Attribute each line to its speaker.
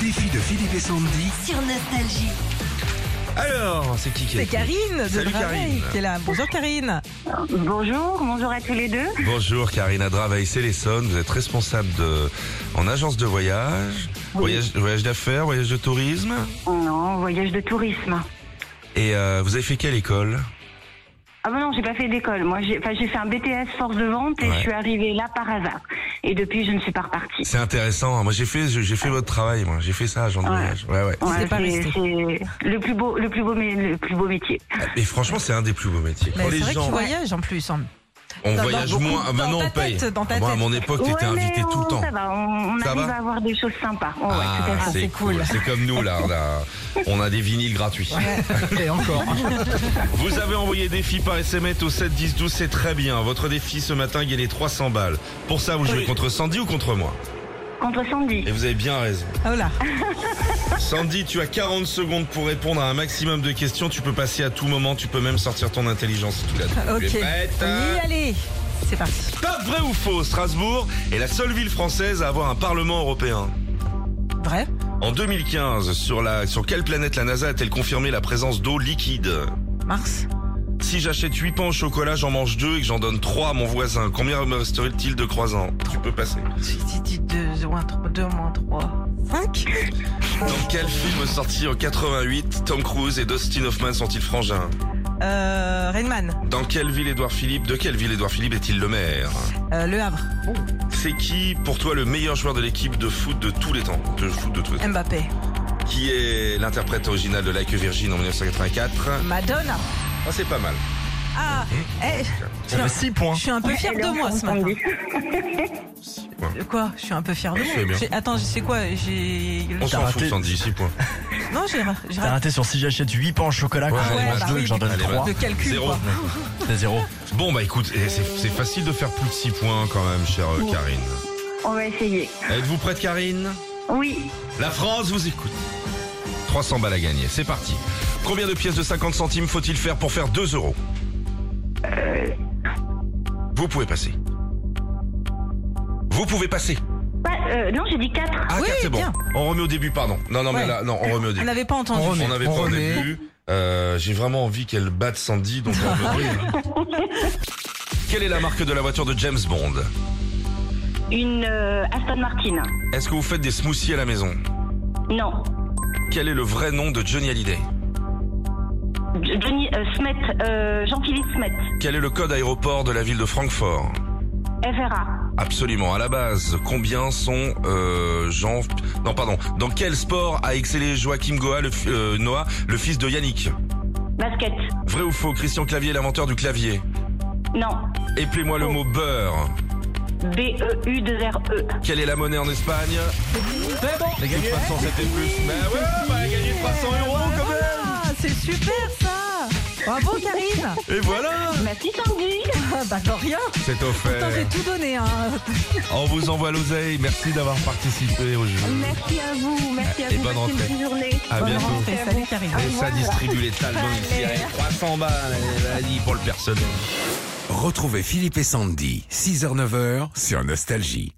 Speaker 1: défi de Philippe et Sandy.
Speaker 2: sur Nostalgie.
Speaker 1: Alors, c'est qui qui
Speaker 3: C'est
Speaker 1: est avec nous
Speaker 3: Karine de
Speaker 1: Salut,
Speaker 3: Draveil
Speaker 1: Karine.
Speaker 3: qui est là. Bonjour Karine.
Speaker 4: Bonjour, bonjour à tous les deux.
Speaker 1: Bonjour Karine Adraveil, c'est l'Essonne. Vous êtes responsable de, en agence de voyage, voyage, voyage d'affaires, voyage de tourisme.
Speaker 4: Non, voyage de tourisme.
Speaker 1: Et euh, vous avez fait quelle école
Speaker 4: Ah ben non, j'ai pas fait d'école. Moi, j'ai enfin, j'ai fait un BTS force de vente et
Speaker 1: Ouais.
Speaker 4: je suis arrivée là par hasard. Et depuis, je ne suis pas repartie.
Speaker 1: C'est intéressant. hein. Moi, j'ai fait, j'ai fait votre travail. Moi, j'ai fait ça, agent de
Speaker 4: Ouais.
Speaker 1: voyage. Ouais, ouais.
Speaker 4: Ouais,
Speaker 3: C'est pas resté.
Speaker 4: c'est le plus beau, le plus beau, mé- le plus beau métier.
Speaker 1: Et franchement, c'est un des plus beaux métiers.
Speaker 3: Mais
Speaker 1: Quand
Speaker 3: Bah, c'est
Speaker 1: les
Speaker 3: vrai que
Speaker 1: gens,
Speaker 3: tu voyages en plus. hein.
Speaker 1: on
Speaker 3: dans-
Speaker 1: voyage
Speaker 3: dans-
Speaker 1: moins. Ah,
Speaker 3: dans
Speaker 1: maintenant,
Speaker 3: ta
Speaker 1: on paye.
Speaker 3: tête, dans ta
Speaker 1: Moi, à
Speaker 3: tête.
Speaker 1: mon époque, t'étais
Speaker 4: Ouais,
Speaker 1: invité
Speaker 4: mais
Speaker 1: tout le
Speaker 4: on-
Speaker 1: temps.
Speaker 4: Ça va, on, on
Speaker 1: Ça
Speaker 4: arrive
Speaker 1: va
Speaker 4: à avoir des choses sympas. Oh, ouais, tout à
Speaker 1: Ah,
Speaker 4: fait.
Speaker 1: c'est
Speaker 3: c'est
Speaker 1: cool.
Speaker 3: cool.
Speaker 1: C'est comme nous, là. On a, on a des vinyles gratuits.
Speaker 5: Et encore.
Speaker 1: Vous avez envoyé défi par SMS au 7 10 12, c'est très bien. Votre défi ce matin, il y a les 300 balles. Pour ça, vous jouez contre Sandy ou contre moi
Speaker 4: Contre Sandy.
Speaker 1: Et vous avez bien raison.
Speaker 3: Oh là.
Speaker 1: Sandy, tu as 40 secondes pour répondre à un maximum de questions. Tu peux passer à tout moment, tu peux même sortir ton intelligence si tu l'as.
Speaker 3: Ok.
Speaker 1: Tu es prête hein
Speaker 3: Oui, allez. C'est parti.
Speaker 1: Pas vrai ou faux, Strasbourg est la seule ville française à avoir un parlement européen.
Speaker 3: Vrai.
Speaker 1: En 2015, sur, la, sur quelle planète la NASA a-t-elle confirmé la présence d'eau liquide
Speaker 3: Mars.
Speaker 1: Si j'achète 8 pains au chocolat, j'en mange 2 et que j'en donne 3 à mon voisin, combien me resterait-il de croissants Tu peux passer.
Speaker 3: 2 moins 3. 2 moins 3. 5.
Speaker 1: Dans quel film sorti en 88, Tom Cruise et Dustin Hoffman sont-ils frangins
Speaker 3: Euh, Rainman.
Speaker 1: Dans quelle ville Édouard Philippe De quelle ville Édouard Philippe est-il le maire
Speaker 3: Euh, le Havre.
Speaker 1: C'est qui, pour toi, le meilleur joueur de l'équipe de foot de tous les temps De foot de tous les temps.
Speaker 3: Mbappé.
Speaker 1: Qui est l'interprète originale de Like a Virgin en 1984
Speaker 3: Madonna.
Speaker 1: Ah, C'est pas mal.
Speaker 3: Ah.
Speaker 1: Mhm.
Speaker 3: eh,
Speaker 5: Ça fait 6 points.
Speaker 3: je suis un peu fière de moi ce matin.
Speaker 4: Sandy.
Speaker 3: Euh, Quoi Je suis un peu fière de
Speaker 1: C'est
Speaker 3: moi.
Speaker 1: bien.
Speaker 3: J'ai- Attends, c'est quoi J'ai.
Speaker 1: On s'en
Speaker 5: raté.
Speaker 1: fout, Sandy, 6 points.
Speaker 3: Non, j'ai ra- j'ai
Speaker 5: T'as
Speaker 3: raté
Speaker 5: raté sur si j'achète 8 pains au chocolat, que
Speaker 1: Ouais,
Speaker 5: j'en
Speaker 1: ouais,
Speaker 5: mange
Speaker 1: bah
Speaker 5: 2
Speaker 3: oui,
Speaker 5: que j'en donne
Speaker 1: allez,
Speaker 5: 3.
Speaker 3: le calcul.
Speaker 1: Zéro. Ah,
Speaker 3: quoi.
Speaker 5: C'est 0.
Speaker 1: Bon, bah écoute, eh, c'est c'est facile de faire plus de 6 points quand même, chère euh, Karine.
Speaker 4: On va essayer.
Speaker 1: Êtes-vous prête, Karine
Speaker 4: Oui,
Speaker 1: La France vous écoute. 300 balles à gagner, c'est parti. Combien de pièces de 50 centimes faut-il faire pour faire 2 euros Vous pouvez passer. Vous pouvez passer.
Speaker 4: Pas- euh, non, j'ai dit 4.
Speaker 1: Ah,
Speaker 3: Oui,
Speaker 1: quatre, c'est bon.
Speaker 3: bien.
Speaker 1: On remet au début, pardon. Non, non, mais
Speaker 3: Ouais.
Speaker 1: là, non, on remet au
Speaker 3: On
Speaker 1: début.
Speaker 3: n'avait pas entendu.
Speaker 5: On remet.
Speaker 1: On n'avait pas
Speaker 5: On
Speaker 1: au
Speaker 5: remet.
Speaker 1: début. Euh, J'ai vraiment envie qu'elle batte Sandy, donc on remet. hein. Quelle est la marque de la voiture de James Bond
Speaker 4: Une euh, Aston Martin.
Speaker 1: Est-ce que vous faites des smoothies à la maison
Speaker 4: Non.
Speaker 1: Quel est le vrai nom de Johnny Hallyday
Speaker 4: J- Johnny euh, Smet, euh, Jean-Philippe Smet.
Speaker 1: Quel est le code aéroport de la ville de Francfort
Speaker 4: FRA.
Speaker 1: Absolument. À la base, combien sont euh, Jean Non, pardon. Dans quel sport a excellé Joachim Goa, le, fi- euh, Noah, le fils de Yannick
Speaker 4: Basket.
Speaker 1: Vrai ou faux Christian Clavier est l'inventeur du clavier.
Speaker 4: Non. E
Speaker 1: Épelez-moi le mot beurre.
Speaker 4: B-E-U-2-R-E.
Speaker 1: Quelle est la monnaie en Espagne
Speaker 5: C'est bon Les gars,
Speaker 1: De toute façon, c'était plus. Bah ouais, bah, elle a gagné 300 euros quand même.
Speaker 3: Ah, c'est super ça Bravo Karine
Speaker 1: Et voilà,
Speaker 4: Merci Sandy.
Speaker 3: Ah, Bah pour rien
Speaker 1: c'est
Speaker 3: Attends, j'ai
Speaker 1: offert.
Speaker 3: tout donné hein.
Speaker 1: On vous envoie l'oseille. Merci d'avoir participé au jeu.
Speaker 4: Merci à vous. Merci à
Speaker 1: Et
Speaker 4: vous.
Speaker 1: bonne
Speaker 4: Passez
Speaker 1: rentrée.
Speaker 4: une bonne journée.
Speaker 1: À
Speaker 3: Bonne
Speaker 1: bientôt.
Speaker 3: rentrée, salut Karine
Speaker 1: Et ça distribue les talons. Il tirait 300 balles. Vas-y pour le personnel.
Speaker 6: Retrouvez Philippe et Sandy, 6h-9h sur Nostalgie.